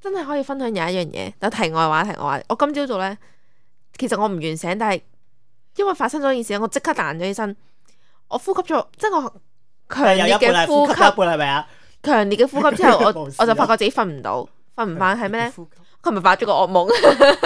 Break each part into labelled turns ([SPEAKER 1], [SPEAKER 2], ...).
[SPEAKER 1] 真係可以分享有一樣嘢，有題外話題外話。我今朝早咧，其實我唔願醒，但係因為發生咗件事，我即刻彈咗起身，我呼吸咗，即係我強
[SPEAKER 2] 有
[SPEAKER 1] 烈
[SPEAKER 2] 一半
[SPEAKER 1] 嘅
[SPEAKER 2] 係
[SPEAKER 1] 呼
[SPEAKER 2] 呼吸，一
[SPEAKER 1] 吸，
[SPEAKER 2] 半係咪啊？
[SPEAKER 1] 強烈嘅呼吸之後，我
[SPEAKER 2] 冇事啊
[SPEAKER 1] 我就發覺自己瞓唔到，瞓唔翻係咩咧？
[SPEAKER 2] 呼吸
[SPEAKER 1] 佢咪發咗個惡夢，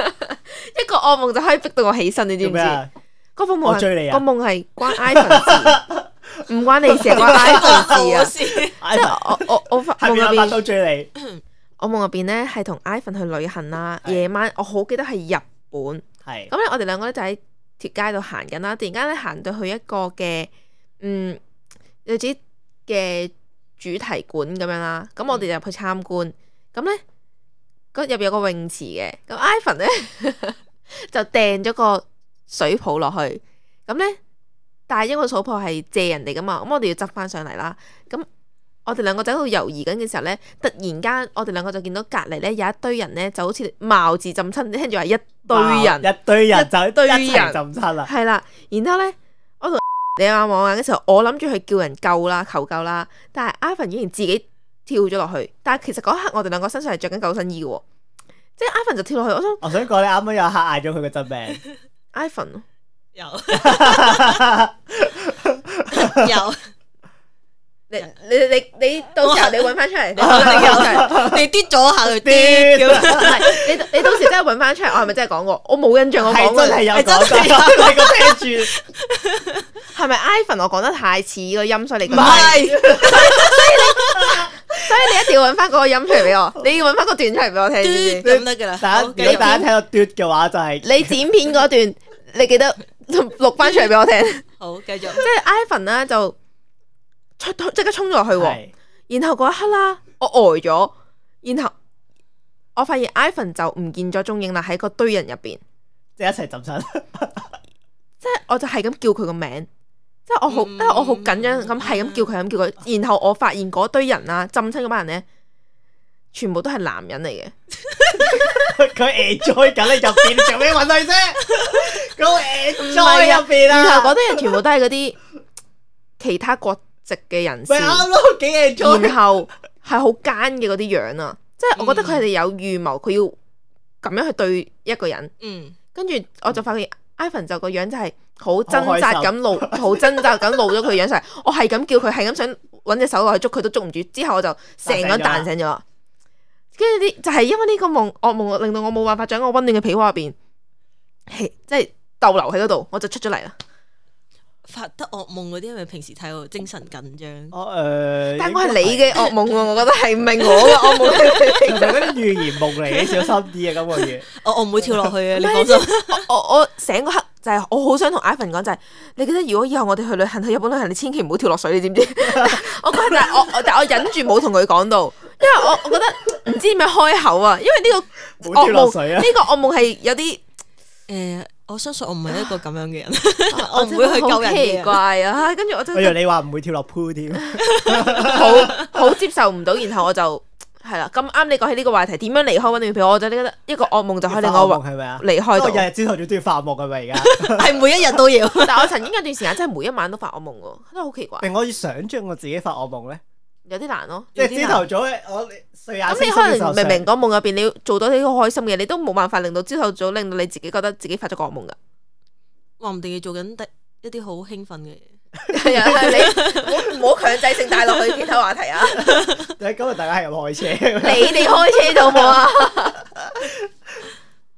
[SPEAKER 1] 一個惡夢就可以逼到我起身，你知
[SPEAKER 2] 做
[SPEAKER 1] 唔
[SPEAKER 2] 咩
[SPEAKER 1] 知？
[SPEAKER 2] 啊？
[SPEAKER 1] 嗰個夢
[SPEAKER 2] 我
[SPEAKER 1] 係
[SPEAKER 2] 追你
[SPEAKER 1] 個
[SPEAKER 2] 啊！
[SPEAKER 1] 夢係關 iPhone 事，唔關你事，係啊關 iPhone 事啊！即係我我我發夢
[SPEAKER 2] 係咪
[SPEAKER 1] 入
[SPEAKER 2] 有
[SPEAKER 1] 邊
[SPEAKER 2] 白。都追你？
[SPEAKER 1] 我夢入邊咧係同 Ivan 去旅行啦，
[SPEAKER 2] 係
[SPEAKER 1] 夜晚我好記得係日本，咁咧
[SPEAKER 2] 係
[SPEAKER 1] 我哋兩個咧就喺條街度行緊啦，突然間咧行到去一個嘅嗯類似嘅主題館咁樣啦，咁我哋就去參觀，咁咧嗰入邊有個泳池嘅，咁 Ivan 咧 就掟咗個水泡落去，咁咧但係因為水泡係借人哋噶嘛，咁我哋要執翻上嚟啦，咁。我哋兩個仔喺度猶豫緊嘅時候咧，突然間我哋兩個就見到隔離咧有一堆人咧，就好似貌似浸親，聽住話一堆人，
[SPEAKER 2] 一堆人就一
[SPEAKER 1] 堆人
[SPEAKER 2] 齊浸親啦，
[SPEAKER 1] 係啦。然之後咧，我同 你眼望眼嘅時候，我諗住去叫人救啦、求救啦，但係 Ivan 竟然自己跳咗落去。但係其實嗰一刻我哋兩個身上係着緊救生衣嘅喎，即係 Ivan 就跳落去。我
[SPEAKER 2] 我想講你啱啱有一刻嗌咗佢個真名，
[SPEAKER 1] 想 Ivan
[SPEAKER 3] 有 有，
[SPEAKER 1] 你你你你到時候你揾翻出 嚟，你揾翻出嚟。
[SPEAKER 3] 你跌咗 下佢 跌
[SPEAKER 2] 啲
[SPEAKER 3] 咁，
[SPEAKER 1] 唔係你你到時真係揾翻出嚟，我係咪真係講過？我冇印象我講
[SPEAKER 2] 係
[SPEAKER 1] 過
[SPEAKER 2] 真。係有
[SPEAKER 3] 係真
[SPEAKER 2] 講真，你個聽住。
[SPEAKER 1] 係咪 Ivan 我講得太似個音，所以你覺
[SPEAKER 3] 唔
[SPEAKER 1] 得
[SPEAKER 3] 係
[SPEAKER 1] 所以你一定要揾翻嗰個音出嚟俾 我，你要揾翻個段出嚟俾我聽，知唔知
[SPEAKER 3] 哎跌咁得噶啦。
[SPEAKER 2] 大家
[SPEAKER 3] 好
[SPEAKER 2] 如
[SPEAKER 3] 繼
[SPEAKER 2] 果
[SPEAKER 3] 續
[SPEAKER 2] 大家聽到嘟嘅話，就係
[SPEAKER 1] 你剪片嗰段，你記得錄翻出嚟俾我聽。
[SPEAKER 3] 好繼續
[SPEAKER 1] 即係 Ivan 咧就出即刻衝咗落去喎，
[SPEAKER 2] 係
[SPEAKER 1] 然後嗰一刻啦，我呆咗，然後我發現 Ivan 就唔見咗蹤影啦，喺個堆人入邊，
[SPEAKER 2] 即係一齊浸 親，
[SPEAKER 1] 即係我就係咁叫佢個名。即係我好，因
[SPEAKER 3] 嗯
[SPEAKER 1] 為我好緊張咁，係咁叫佢，係咁叫佢。然後我發現嗰堆人啦，浸親嗰班人咧，全部都係男人嚟嘅。
[SPEAKER 2] 佢 enjoy 緊你入邊，你做咩揾佢啫？佢
[SPEAKER 1] 唔係
[SPEAKER 2] enjoy à.
[SPEAKER 1] 啊
[SPEAKER 2] 入邊啊！
[SPEAKER 1] 然後嗰啲人全部都係嗰啲其他國籍嘅人士，
[SPEAKER 2] 咪啱咯，幾 enjoy
[SPEAKER 1] 然後係好奸嘅嗰啲樣啊！即係我覺得佢哋有預謀，佢要咁樣去對一個人。
[SPEAKER 3] 嗯
[SPEAKER 1] 跟住我就發現 Ivan 就個樣就係好掙扎咁露， 好掙扎咁露咗佢樣上嚟。我係咁叫佢，係咁想揾隻手落去捉佢都捉唔住。之後我就成個人彈醒咗。跟住啲就係因為呢個夢噩夢，令到我冇辦法掌握温暖嘅被窩入邊，係即係逗留喺嗰度，我就出咗嚟啦。
[SPEAKER 3] 發得噩夢嗰啲，因為平時睇我精神緊張，
[SPEAKER 2] 我誒，
[SPEAKER 1] 但我係你嘅噩夢喎，我覺得係唔係我嘅噩 夢。
[SPEAKER 2] 係咪嗰啲預言 夢嚟？你小心啲啊！今個月
[SPEAKER 3] 我我唔會跳落去嘅，你
[SPEAKER 1] 咩
[SPEAKER 3] 放心。
[SPEAKER 1] 我我醒嗰刻就係我好想同 Ivan 講就係，你記得如果以後我哋去旅行去日本旅行，你千祈唔好跳落水，你知 唔知？我嗰日但係我我但我忍住冇同佢講到，因為我我覺得唔知點樣開口啊，因為呢個
[SPEAKER 2] 冇
[SPEAKER 1] 噩
[SPEAKER 2] 跳落
[SPEAKER 1] 夢
[SPEAKER 2] 水
[SPEAKER 1] 呢
[SPEAKER 2] 啊！
[SPEAKER 1] 個噩夢係有啲
[SPEAKER 3] 誒，我相信我唔係一個咁樣嘅人，
[SPEAKER 1] 我
[SPEAKER 3] 我唔會去救
[SPEAKER 1] 真
[SPEAKER 3] 人
[SPEAKER 1] 係好奇
[SPEAKER 3] 嘅。
[SPEAKER 1] 怪啊！跟住我真
[SPEAKER 2] 我以
[SPEAKER 1] 係
[SPEAKER 2] 哎為你話唔會跳落 pool 添，
[SPEAKER 1] 好好接受唔到，然後我就係啦，咁啱你講起呢個話題，點樣離開温暖被窩，我就覺得一個噩夢就可以令
[SPEAKER 2] 發
[SPEAKER 1] 我
[SPEAKER 2] 夢係咪啊？
[SPEAKER 1] 離開到
[SPEAKER 2] 我日。日朝頭早都要發夢係咪而 家？
[SPEAKER 3] 係每一日都要。
[SPEAKER 1] 但我曾經有段時間真係每一晚都發惡夢喎，真係好奇怪，
[SPEAKER 2] 定我要想像我自己發惡夢咧？
[SPEAKER 1] 有啲難咯。
[SPEAKER 2] 即係朝頭早咧，我睡眼
[SPEAKER 1] 啊咁
[SPEAKER 2] 惺
[SPEAKER 1] 你
[SPEAKER 2] 忪嘅
[SPEAKER 1] 可
[SPEAKER 2] 時候
[SPEAKER 1] 能
[SPEAKER 2] 上
[SPEAKER 1] 明明個夢入邊你要做到呢個開心嘅，你都冇辦法令到朝頭早令到你自己覺得自己發咗個惡夢㗎。
[SPEAKER 3] 話唔定你做緊得一啲好興奮嘅嘢。
[SPEAKER 1] 係啊，你唔好強制性帶落去其他話題啊！
[SPEAKER 2] 今日大家係咁開車。
[SPEAKER 1] 你哋開車到冇啊？